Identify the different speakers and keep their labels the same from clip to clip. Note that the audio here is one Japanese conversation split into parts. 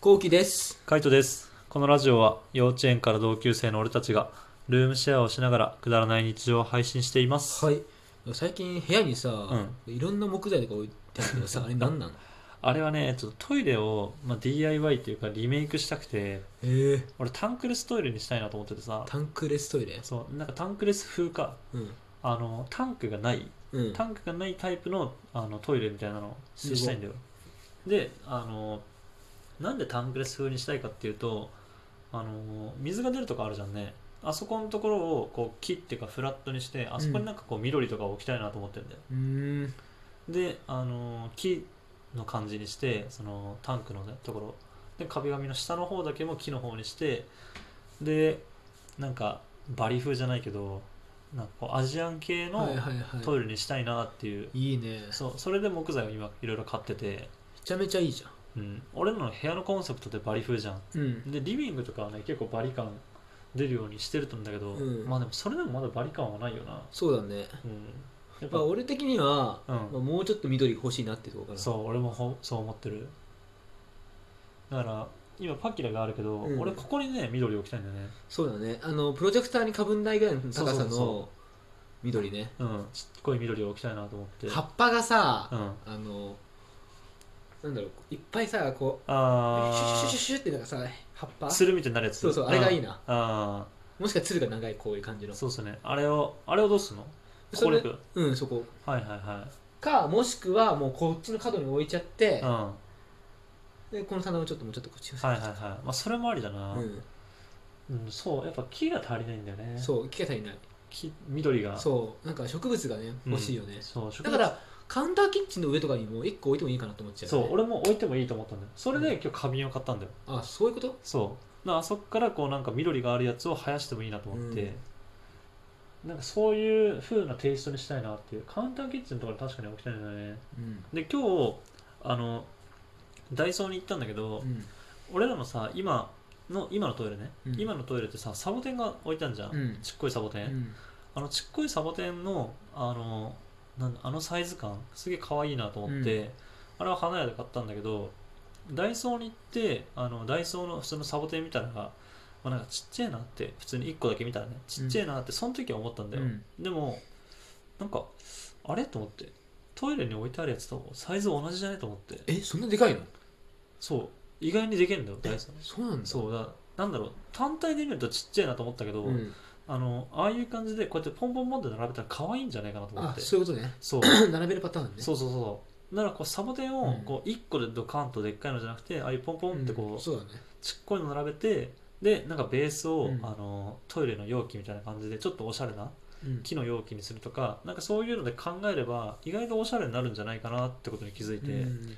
Speaker 1: こうきです。
Speaker 2: カイトです。このラジオは幼稚園から同級生の俺たちがルームシェアをしながらくだらない日常を配信しています。
Speaker 1: はい。最近部屋にさ、
Speaker 2: ん
Speaker 1: いろんな木材とか置いてあるけど さ、あれ何なの
Speaker 2: あれはね、ちょっとトイレを、まあ、DIY っていうかリメイクしたくて、
Speaker 1: ええ
Speaker 2: 俺タンクレストイレにしたいなと思っててさ、
Speaker 1: タンクレストイレ
Speaker 2: そう、なんかタンクレス風か、
Speaker 1: うん。
Speaker 2: あの、タンクがない、
Speaker 1: うん。
Speaker 2: タンクがないタイプのあのトイレみたいなの
Speaker 1: すご
Speaker 2: に
Speaker 1: い
Speaker 2: したいんだよ。で、あの、なんでタンクレス風にしたいかっていうと、あの、水が出るとこあるじゃんね。あそこのところをこう木っていうかフラットにして、あそこになんかこう緑とか置きたいなと思ってんだよ。
Speaker 1: うーん。
Speaker 2: で、あの、木の感じにして、そのタンクのねところ、で、壁紙の下の方だけも木の方にして、で、なんかバリ風じゃないけど、なんかこうアジアン系の
Speaker 1: はいはいはい。
Speaker 2: トイレにしたいなっていう
Speaker 1: いいね。
Speaker 2: そうそれで木材を今いろいろ買ってて、
Speaker 1: めちゃめちゃいいじ
Speaker 2: うん、俺らの部屋のコンセプトってバリ風じゃん
Speaker 1: ゃん。うん。
Speaker 2: でリビングとかはね結構バリ感出るようにしてると思うんだけど、
Speaker 1: うん
Speaker 2: まあでもそれでもまだバリ感はないよな
Speaker 1: そうだね。
Speaker 2: うんやっぱ
Speaker 1: まあ、俺的には、
Speaker 2: うん
Speaker 1: まあ、もうちょっと緑欲しいなってとこかな。
Speaker 2: そう俺もほそう思ってるだから今パキラがあるけど、
Speaker 1: うん
Speaker 2: 俺ここにね緑置きたいんだよね
Speaker 1: そうだね。あの、プロジェクターにかぶんないぐらいの高
Speaker 2: そう
Speaker 1: さ
Speaker 2: そうそ
Speaker 1: の緑ね。
Speaker 2: うんちっこい緑を置きたいなと思って
Speaker 1: 葉っぱがさ、
Speaker 2: うん
Speaker 1: あの、なんだろう、いっぱいさ、こう、シュ
Speaker 2: あ
Speaker 1: シュシュシュシュってなんかさ、葉っぱ
Speaker 2: あつるみたいになるやつ
Speaker 1: そうそうあれがいいな
Speaker 2: うんあ
Speaker 1: もしかつるが長いこういう感じ
Speaker 2: あ
Speaker 1: の
Speaker 2: そうですねあれをあれをどうすんのこ
Speaker 1: そ
Speaker 2: こで
Speaker 1: れ
Speaker 2: 置く
Speaker 1: うんそこ
Speaker 2: はいはいは
Speaker 1: かもしくはもうこっちの角に置いちゃって
Speaker 2: い、うん
Speaker 1: でこの棚をちょっともうちょっとこっちに
Speaker 2: はいはいはい、まあ、それもありだな、うん
Speaker 1: う
Speaker 2: そうやっぱ木が足りないんだよね
Speaker 1: ん、
Speaker 2: う
Speaker 1: そう木が足りない
Speaker 2: 木緑が
Speaker 1: そうなんか植物がね
Speaker 2: うん
Speaker 1: 欲しいよね、
Speaker 2: そう植
Speaker 1: だ
Speaker 2: 物
Speaker 1: からカウンターキッチンの上とかにも1個置いてもいいかなと思っちゃう、
Speaker 2: そ
Speaker 1: ね、
Speaker 2: う俺も置いてもいいと思ったんだよそれ
Speaker 1: う
Speaker 2: で今日花瓶を買ったんだよ、
Speaker 1: あそういうこと
Speaker 2: そうだからあそこからこうなんか緑があるやつを生やしてもいいなと思って、なんかそういう風なテイストにしたいなっていうカウンターキッチンのとかに確かに置きたいんだよね
Speaker 1: うん、
Speaker 2: で今日あのダイソーに行ったんだけど、
Speaker 1: うん
Speaker 2: 俺らのさ今の今のトイレね、
Speaker 1: うん
Speaker 2: 今のトイレってさサボテンが置いてあるじゃん、
Speaker 1: うん
Speaker 2: ちっこいサボテン、
Speaker 1: うん
Speaker 2: あのちっこいサボテンのあのなんだあのサイズ感すげえ可愛いなと思って、
Speaker 1: うん
Speaker 2: あれは花屋で買ったんだけどダイソーに行ってあのダイソーの普通のサボテン見たら、まあ、なんかちっちゃいなって普通に1個だけ見たらねちっちゃいなってその時は思ったんだよ、
Speaker 1: うん
Speaker 2: でもなんかあれと思ってトイレに置いてあるやつとサイズ同じじゃないと思って
Speaker 1: えそんなでかいの
Speaker 2: そう意外にできるんだよダイソー
Speaker 1: そうなんだ
Speaker 2: そうだなんだろう単体で見るとちっちゃいなと思ったけど、
Speaker 1: うん、
Speaker 2: あのああいう感じでこうやってポンポンポンって並べたら可愛いんじゃないかなと思っ
Speaker 1: あ
Speaker 2: て
Speaker 1: そういうことね
Speaker 2: そう
Speaker 1: 並べるパターンね
Speaker 2: そうそうそうだからこうサボテン
Speaker 1: う
Speaker 2: を
Speaker 1: ん
Speaker 2: こう1個でドカンとでっかいのじゃなくてああいうポンポンって
Speaker 1: う
Speaker 2: こ
Speaker 1: ん
Speaker 2: う
Speaker 1: そうだね
Speaker 2: ちっこいの並べてでなんかベースを、
Speaker 1: うん
Speaker 2: あのトイレの容器みたいな感じでちょっとおしゃれな
Speaker 1: うん
Speaker 2: 木の容器にするとかなんかそういうので考えれば意外とおしゃれになるんじゃないかなってことに気づいて、
Speaker 1: うん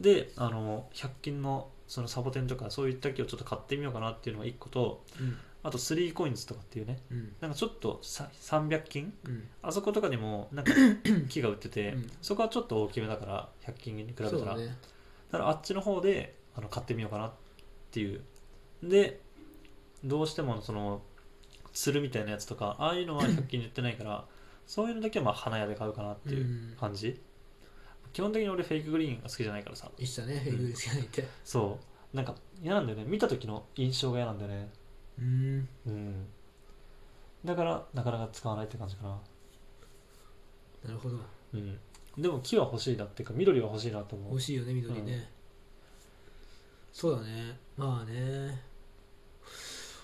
Speaker 2: であの100均のそのサボテンとかそういった木をちょっと買ってみようかなっていうのが1個と
Speaker 1: うん
Speaker 2: あと3コインズとかっていうね
Speaker 1: うん
Speaker 2: なんかちょっとさ300均
Speaker 1: うん
Speaker 2: あそことかにもな んか木が売ってて、
Speaker 1: うん
Speaker 2: そこはちょっと大きめだから100均に比べたら
Speaker 1: そうだ
Speaker 2: だ,、
Speaker 1: ね
Speaker 2: からあっちの方であの買ってみようかなっていうでどうしてもそのつるみたいなやつとかああいうの は100均に売ってないからそういうのだけはまあ花屋で買うかなってい
Speaker 1: うん
Speaker 2: う感じ、基本的に俺フェイクグリーンが好きじゃないからさ
Speaker 1: 一緒だねフェイクですけないって
Speaker 2: そうなんか嫌なんだよね見た時の印象が嫌なんだよね
Speaker 1: うん
Speaker 2: うんだからなかなか使わないって感じかな
Speaker 1: なるほど
Speaker 2: うん、でも木は欲しいなっていうか緑は欲しいなと思う
Speaker 1: 欲しいよね緑ね、
Speaker 2: うん
Speaker 1: そうだねまあね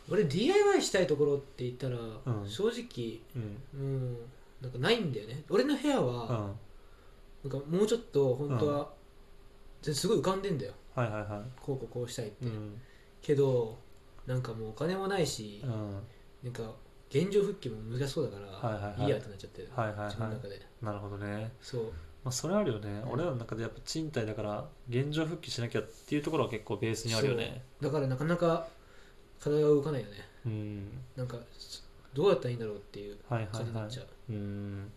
Speaker 1: 俺 DIY したいところって言ったら、
Speaker 2: ん
Speaker 1: 正直
Speaker 2: うん
Speaker 1: うんなんかないんだよね俺の部屋
Speaker 2: うん
Speaker 1: は、
Speaker 2: は
Speaker 1: なんかもうちょっと本当は、ですごい浮かんでんだよ
Speaker 2: いはいは
Speaker 1: こうこうこうしたいって、
Speaker 2: いうん
Speaker 1: けどなんかもうお金もないし
Speaker 2: う、ん
Speaker 1: なんか現状復帰も難しそうだから、
Speaker 2: はいはいはい
Speaker 1: やってなっちゃってる、
Speaker 2: はいはい
Speaker 1: 自分の
Speaker 2: は
Speaker 1: 中で
Speaker 2: いなるほどね
Speaker 1: そう
Speaker 2: まあそれあるよね
Speaker 1: うん
Speaker 2: 俺らの中でやっぱ賃貸だから現状復帰しなきゃっていうところは結構ベースにあるよね
Speaker 1: だからなかなか課題が動かないよね
Speaker 2: うん
Speaker 1: なんかどうやったらいいんだろうっていう
Speaker 2: はいは
Speaker 1: 感じ
Speaker 2: い
Speaker 1: にな
Speaker 2: は
Speaker 1: っちゃう、
Speaker 2: いうん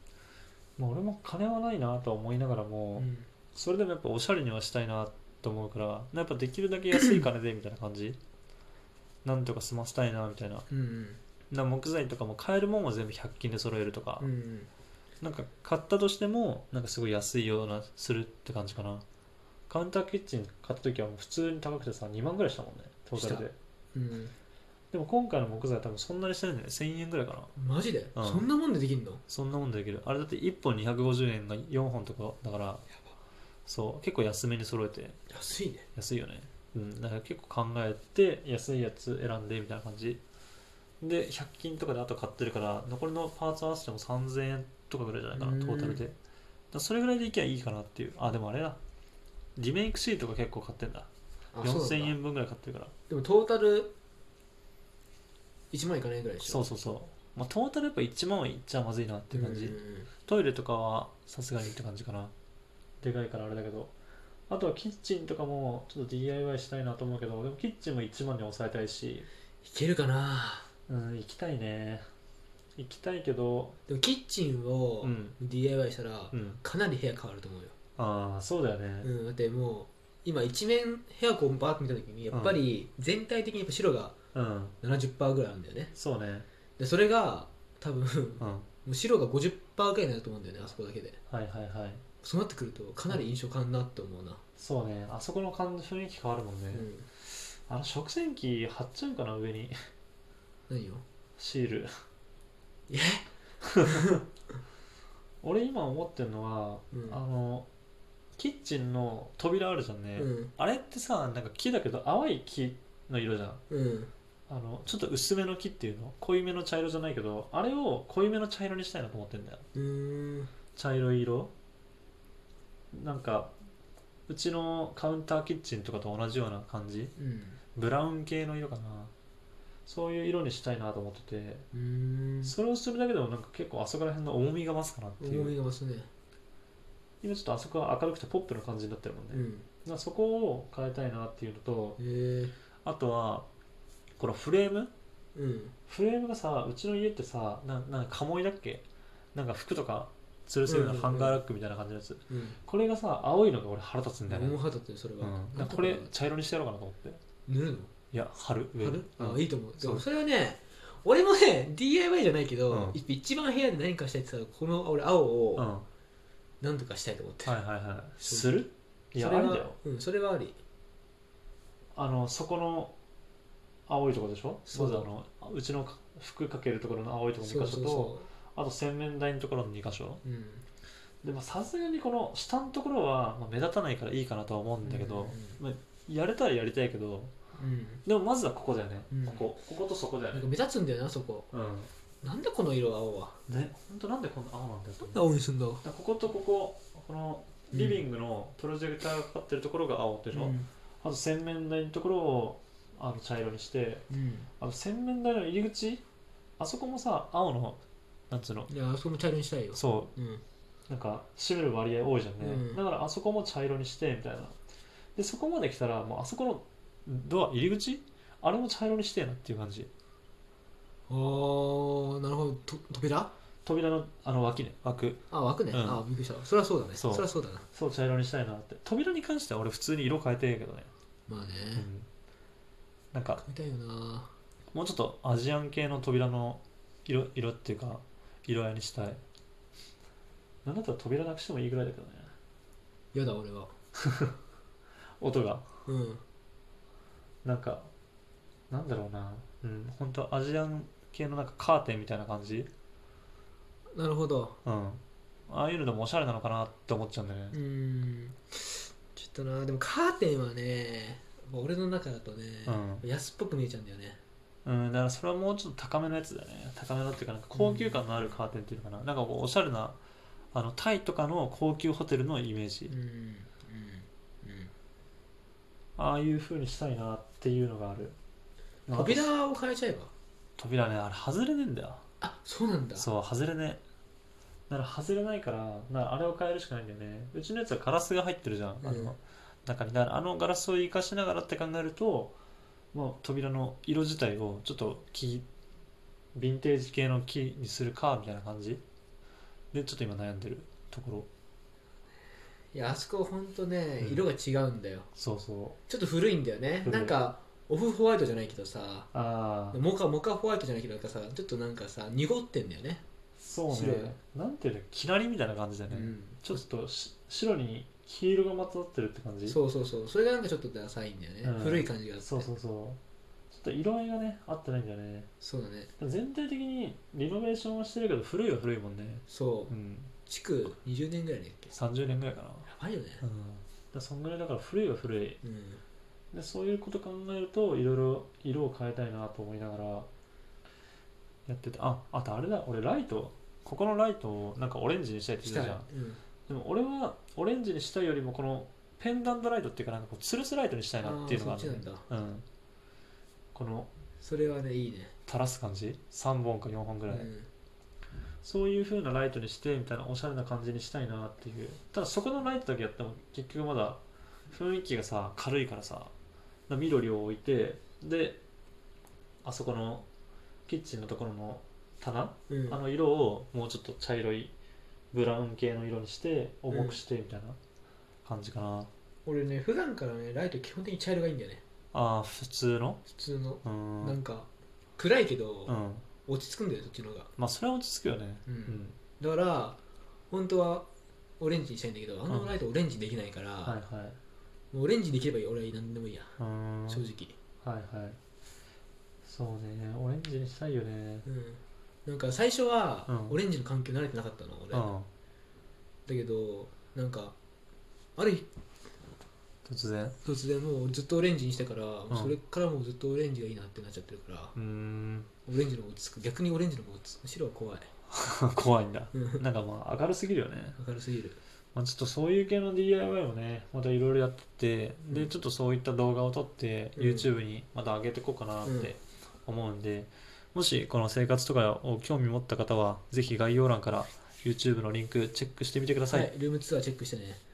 Speaker 2: まあ俺も金はないなとは思いながらも
Speaker 1: うん
Speaker 2: それでもやっぱおしゃれにはしたいなと思うからやっぱできるだけ安い金でみたいな感 じなんとか済ませたいなみたいな
Speaker 1: うんうん
Speaker 2: な木材とかも買えるもんは全部100均で揃えるとか、
Speaker 1: うんうん
Speaker 2: なんか買ったとしてもなんかすごい安いようなするって感じかなカウンターキッチン買った時はもう普通に高くてさ2万ぐらいしたもんねトータルで
Speaker 1: うん
Speaker 2: でも今回の木材は多分そんなにしてないんだよね1000円ぐらいかな
Speaker 1: マジで、
Speaker 2: うん
Speaker 1: そんなもんでできんの
Speaker 2: そんなもんでできるあれだって1本250円が4本とかだからそう結構安めに揃えて
Speaker 1: 安いね
Speaker 2: 安いよねうんだから結構考えて安いやつ選んでみたいな感じで100均とかであと買ってるから残りのパーツ合わせても3000円とかぐらいじゃないか
Speaker 1: う
Speaker 2: なんトータルでだからそれぐらいでいけばいいかなっていうあでもあれだリメイクシートが結構買ってんだ
Speaker 1: あそうなんだ
Speaker 2: 4000円分ぐらい買ってるから
Speaker 1: でもトータル1万いかないぐらいでし
Speaker 2: そ
Speaker 1: ょ
Speaker 2: うそうそう、まあ、トータルやっぱ1万はいっちゃまずいなっていう感じ、
Speaker 1: ん
Speaker 2: トイレとかはさすがにって感じかなでかいからあれだけどあとはキッチンとかもちょっと DIY したいなと思うけどでもキッチンも1万に抑えたいし
Speaker 1: いけるかな
Speaker 2: うん行きたいね行きたいけど
Speaker 1: でもキッチンを
Speaker 2: うん
Speaker 1: DIY したら
Speaker 2: うん
Speaker 1: かなり部屋変わると思うよ、
Speaker 2: ああそうだよね
Speaker 1: うん、だってもう今一面部屋こうバーって見た時にやっぱり全体的にやっぱ白が
Speaker 2: うん、
Speaker 1: 70%ぐらいあるんだよね
Speaker 2: そうね
Speaker 1: でそれが多分
Speaker 2: うんは
Speaker 1: もう白が50%ぐらいになると思うんだよねあそこだけで
Speaker 2: いはいはい
Speaker 1: そうなってくるとかなり印象変わるなって思うな、
Speaker 2: そうねあそこの感じ雰囲気変わるもん
Speaker 1: う
Speaker 2: ね、
Speaker 1: ん、
Speaker 2: あの食洗機貼っちゃうかな上に
Speaker 1: 何よ
Speaker 2: シール
Speaker 1: え
Speaker 2: 俺今思ってるのは、
Speaker 1: うん
Speaker 2: あのキッチンの扉あるじゃんね、
Speaker 1: うん
Speaker 2: あれってさなんか木だけど淡い木の色じゃん
Speaker 1: うん
Speaker 2: あのちょっと薄めの木っていうの濃いめの茶色じゃないけどあれを濃いめの茶色にしたいなと思ってんだよ
Speaker 1: うーん
Speaker 2: 茶色い色なんかうちのカウンターキッチンとかと同じような感じ
Speaker 1: うん
Speaker 2: ブラウン系の色かなそういう色にしたいなと思ってて
Speaker 1: うーん
Speaker 2: それをするだけでもなんか結構あそこら辺の重みが増すかなってい
Speaker 1: 重み
Speaker 2: う
Speaker 1: が増すね
Speaker 2: 今ちょっとあそこは明るくてポップな感じになってるもんね、
Speaker 1: う
Speaker 2: だか
Speaker 1: ん
Speaker 2: らそこを変えたいなっていうのと
Speaker 1: へえ
Speaker 2: あとはこのフレーム
Speaker 1: うん
Speaker 2: フレームがさうちの家ってさななんかカモイだっけなんか服とか吊るせるよう
Speaker 1: うんう
Speaker 2: なん
Speaker 1: うん
Speaker 2: ハンガーラックみたいな感じのやつ、
Speaker 1: うん
Speaker 2: これがさ青いのが俺腹立つんだよ
Speaker 1: 重
Speaker 2: ね、
Speaker 1: はだってそれ
Speaker 2: う
Speaker 1: は、
Speaker 2: ん、だ
Speaker 1: な
Speaker 2: からこれ茶色にしてやろうかなと思って
Speaker 1: 塗る
Speaker 2: いや貼る
Speaker 1: の
Speaker 2: 上
Speaker 1: 貼
Speaker 2: に
Speaker 1: る、
Speaker 2: うん
Speaker 1: あいいと思うで
Speaker 2: そう
Speaker 1: もそれはね俺もね DIY じゃないけど、
Speaker 2: うん
Speaker 1: 一番部屋で何かしたいって言ったらこの俺青
Speaker 2: うん、
Speaker 1: を
Speaker 2: は
Speaker 1: 何とかしたいと思って
Speaker 2: い
Speaker 1: る、
Speaker 2: はいはいするいや
Speaker 1: それ
Speaker 2: あ
Speaker 1: は
Speaker 2: りだよ
Speaker 1: うんそれはあり
Speaker 2: あのそこの青いとこでしょ
Speaker 1: そう
Speaker 2: まずあのうちの服かけるところの青いところ
Speaker 1: そ
Speaker 2: 2
Speaker 1: う
Speaker 2: 箇所
Speaker 1: そ
Speaker 2: と
Speaker 1: うそ
Speaker 2: あと洗面台のところの2箇所
Speaker 1: ううん
Speaker 2: でもさすがにこの下のところは、まあ、目立たないからいいかなとは思うんだけど、まあ、やれたらやりたいけど
Speaker 1: うん、うん
Speaker 2: でもまずはここだよね、
Speaker 1: うん
Speaker 2: こここことそこだ
Speaker 1: な
Speaker 2: よ
Speaker 1: ん
Speaker 2: ね
Speaker 1: か目立つんだよなそこ
Speaker 2: うん
Speaker 1: なんでこの色青は
Speaker 2: ねほんとなんでこんな青なんだよと
Speaker 1: な
Speaker 2: 思
Speaker 1: んで青
Speaker 2: う
Speaker 1: にすんだ
Speaker 2: だからこことこここのリビングのプロジェクターがかかってるところが青でしょ、
Speaker 1: うん
Speaker 2: あと洗面台のところをあの茶色にして
Speaker 1: うん
Speaker 2: あの洗面台の入り口あそこもさ青のなんつうの
Speaker 1: いやあそこも茶色にしたいよ、
Speaker 2: そう
Speaker 1: ん、
Speaker 2: なんか占める割合多いじゃんね、
Speaker 1: うん
Speaker 2: だからあそこも茶色にしてみたいなでそこまで来たらもうあそこのドア入り口あれも茶色にしてえなっていう感じ
Speaker 1: あーなるほどと扉
Speaker 2: 扉のあの脇ね枠
Speaker 1: あ枠ね、
Speaker 2: うん
Speaker 1: あびっくりしたそれはそうだね
Speaker 2: そう
Speaker 1: それはそうだな
Speaker 2: そう茶色にしたいなって扉に関しては俺普通に色変えてえけどね、
Speaker 1: まあね、
Speaker 2: うんなんか
Speaker 1: 見たいよな
Speaker 2: もうちょっとアジアン系の扉の色色っていうか色合いにしたいなんだったら扉なくしてもいいぐらいだけどね
Speaker 1: 嫌だ俺は
Speaker 2: 音が
Speaker 1: うん
Speaker 2: なんかなんだろうなうん本当アジアン系のなんかカーテンみたいな感じ
Speaker 1: なるほど
Speaker 2: うんああいうのでもおしゃれなのかなって思っちゃうんだよ
Speaker 1: う
Speaker 2: ね
Speaker 1: んちょっとなでもカーテンはね俺の中だとね、安っぽく見えちゃうんだよね
Speaker 2: うん、うん、だからそれはもうちょっと高めのやつだね高めのっていうかなんか高級感のあるカーテンっていうのかな、なんかこうおしゃれなあのタイとかの高級ホテルのイメージ、
Speaker 1: うんうん
Speaker 2: ああいう風にしたいなっていうのがある
Speaker 1: うん
Speaker 2: あと
Speaker 1: 扉を変えちゃえば
Speaker 2: 扉ねあれ外れねえんだよ
Speaker 1: あそうなんだ
Speaker 2: そう外れねえだから外れないからだからあれを変えるしかないんだよねうちのやつはガラスが入ってるじゃん、あ
Speaker 1: うん
Speaker 2: の中にだからあのガラスを生かしながらって考えると、まあ、扉の色自体をちょっと木ヴィンテージ系の木にするかみたいな感じでちょっと今悩んでるところ
Speaker 1: いやあそこほんとね
Speaker 2: うん
Speaker 1: 色が違うんだよ、
Speaker 2: そうそう
Speaker 1: ちょっと古いんだよね
Speaker 2: 古い
Speaker 1: なんかオフホワイトじゃないけどさ
Speaker 2: ああ
Speaker 1: モカモカホワイトじゃないけどなんかさちょっとなんかさ濁ってんだよね
Speaker 2: そう
Speaker 1: 白い
Speaker 2: ねなんていうのきなりみたいな感じだよね、
Speaker 1: うん
Speaker 2: ちょっとし白にヒールがまとってるって感じ
Speaker 1: そうそうそうそれがなんかちょっとダサいんだよね、
Speaker 2: うん
Speaker 1: 古い感じがあって
Speaker 2: そうそうそうちょっと色合いがね合ってないんだよね
Speaker 1: そうだね
Speaker 2: でも全体的にリノベーションはしてるけど古いは古いもんね
Speaker 1: そう
Speaker 2: うん
Speaker 1: 築20年ぐらいだっけや
Speaker 2: 30年ぐらいかな
Speaker 1: ばいよね
Speaker 2: うんでそんぐらいだから古いは古い
Speaker 1: うん
Speaker 2: でそういうこと考えるといろいろ色を変えたいなと思いながらやっててああとあれだ俺ライトここのライトをなんかオレンジにしたいって
Speaker 1: し
Speaker 2: 言
Speaker 1: た
Speaker 2: ってたじゃ
Speaker 1: ら
Speaker 2: ん
Speaker 1: うん
Speaker 2: でも俺はオレンジにしたいよりもこのペンダントライトっていうかなんかこう吊るすライトにしたいなっていうのがある
Speaker 1: あーそっち
Speaker 2: うん、この
Speaker 1: それはねいいね
Speaker 2: 垂らす感じ3本か4本ぐらい、
Speaker 1: うん
Speaker 2: そういう風なライトにしてみたいなおしゃれな感じにしたいなっていうただそこのライトだけやっても結局まだ雰囲気がさ軽いからさだから緑を置いてであそこのキッチンのところの棚、
Speaker 1: うん
Speaker 2: あの色をもうちょっと茶色いブラウン系の色にして重くしてみたいな感じかな、
Speaker 1: 俺ね普段からねライト基本的に茶色がいいんだよね
Speaker 2: ああ普通の
Speaker 1: 普通の
Speaker 2: うーん
Speaker 1: なんか暗いけど、
Speaker 2: うん
Speaker 1: 落ち着くんだよそっちの方が
Speaker 2: まあそれは落ち着くよね
Speaker 1: うん
Speaker 2: うん、
Speaker 1: だから本当はオレンジにしたいんだけどあ
Speaker 2: う
Speaker 1: の
Speaker 2: ん
Speaker 1: ライトオレンジできないから、
Speaker 2: はいはい
Speaker 1: もうオレンジにできればいい俺は何でもいいや、
Speaker 2: うーん
Speaker 1: 正直
Speaker 2: はいはいそうねオレンジにしたいよね
Speaker 1: うんなんか最初は
Speaker 2: うん
Speaker 1: オレンジの環境慣れてなかったの俺、
Speaker 2: うん
Speaker 1: だけどなんかある日
Speaker 2: 突然
Speaker 1: 突然もうずっとオレンジにしてから、
Speaker 2: ん
Speaker 1: それからもうずっとオレンジがいいなってなっちゃってるから
Speaker 2: うーん
Speaker 1: オレンジの方が落ち着く逆にオレンジの方が落ち着く白は怖い
Speaker 2: 怖いんだ
Speaker 1: うん
Speaker 2: なんかまあ明るすぎるよね、
Speaker 1: 明るすぎる
Speaker 2: まあ、ちょっとそういう系の DIY をねまたいろいろやってて
Speaker 1: う
Speaker 2: で
Speaker 1: ん
Speaker 2: ちょっとそういった動画を撮って
Speaker 1: うん
Speaker 2: YouTube にまた上げていこうかなっ
Speaker 1: うん
Speaker 2: て思うんでもしこの生活とかを興味持った方はぜひ概要欄から YouTube のリンクチェックしてみてくださ、
Speaker 1: はいいルームツアーチェックしてね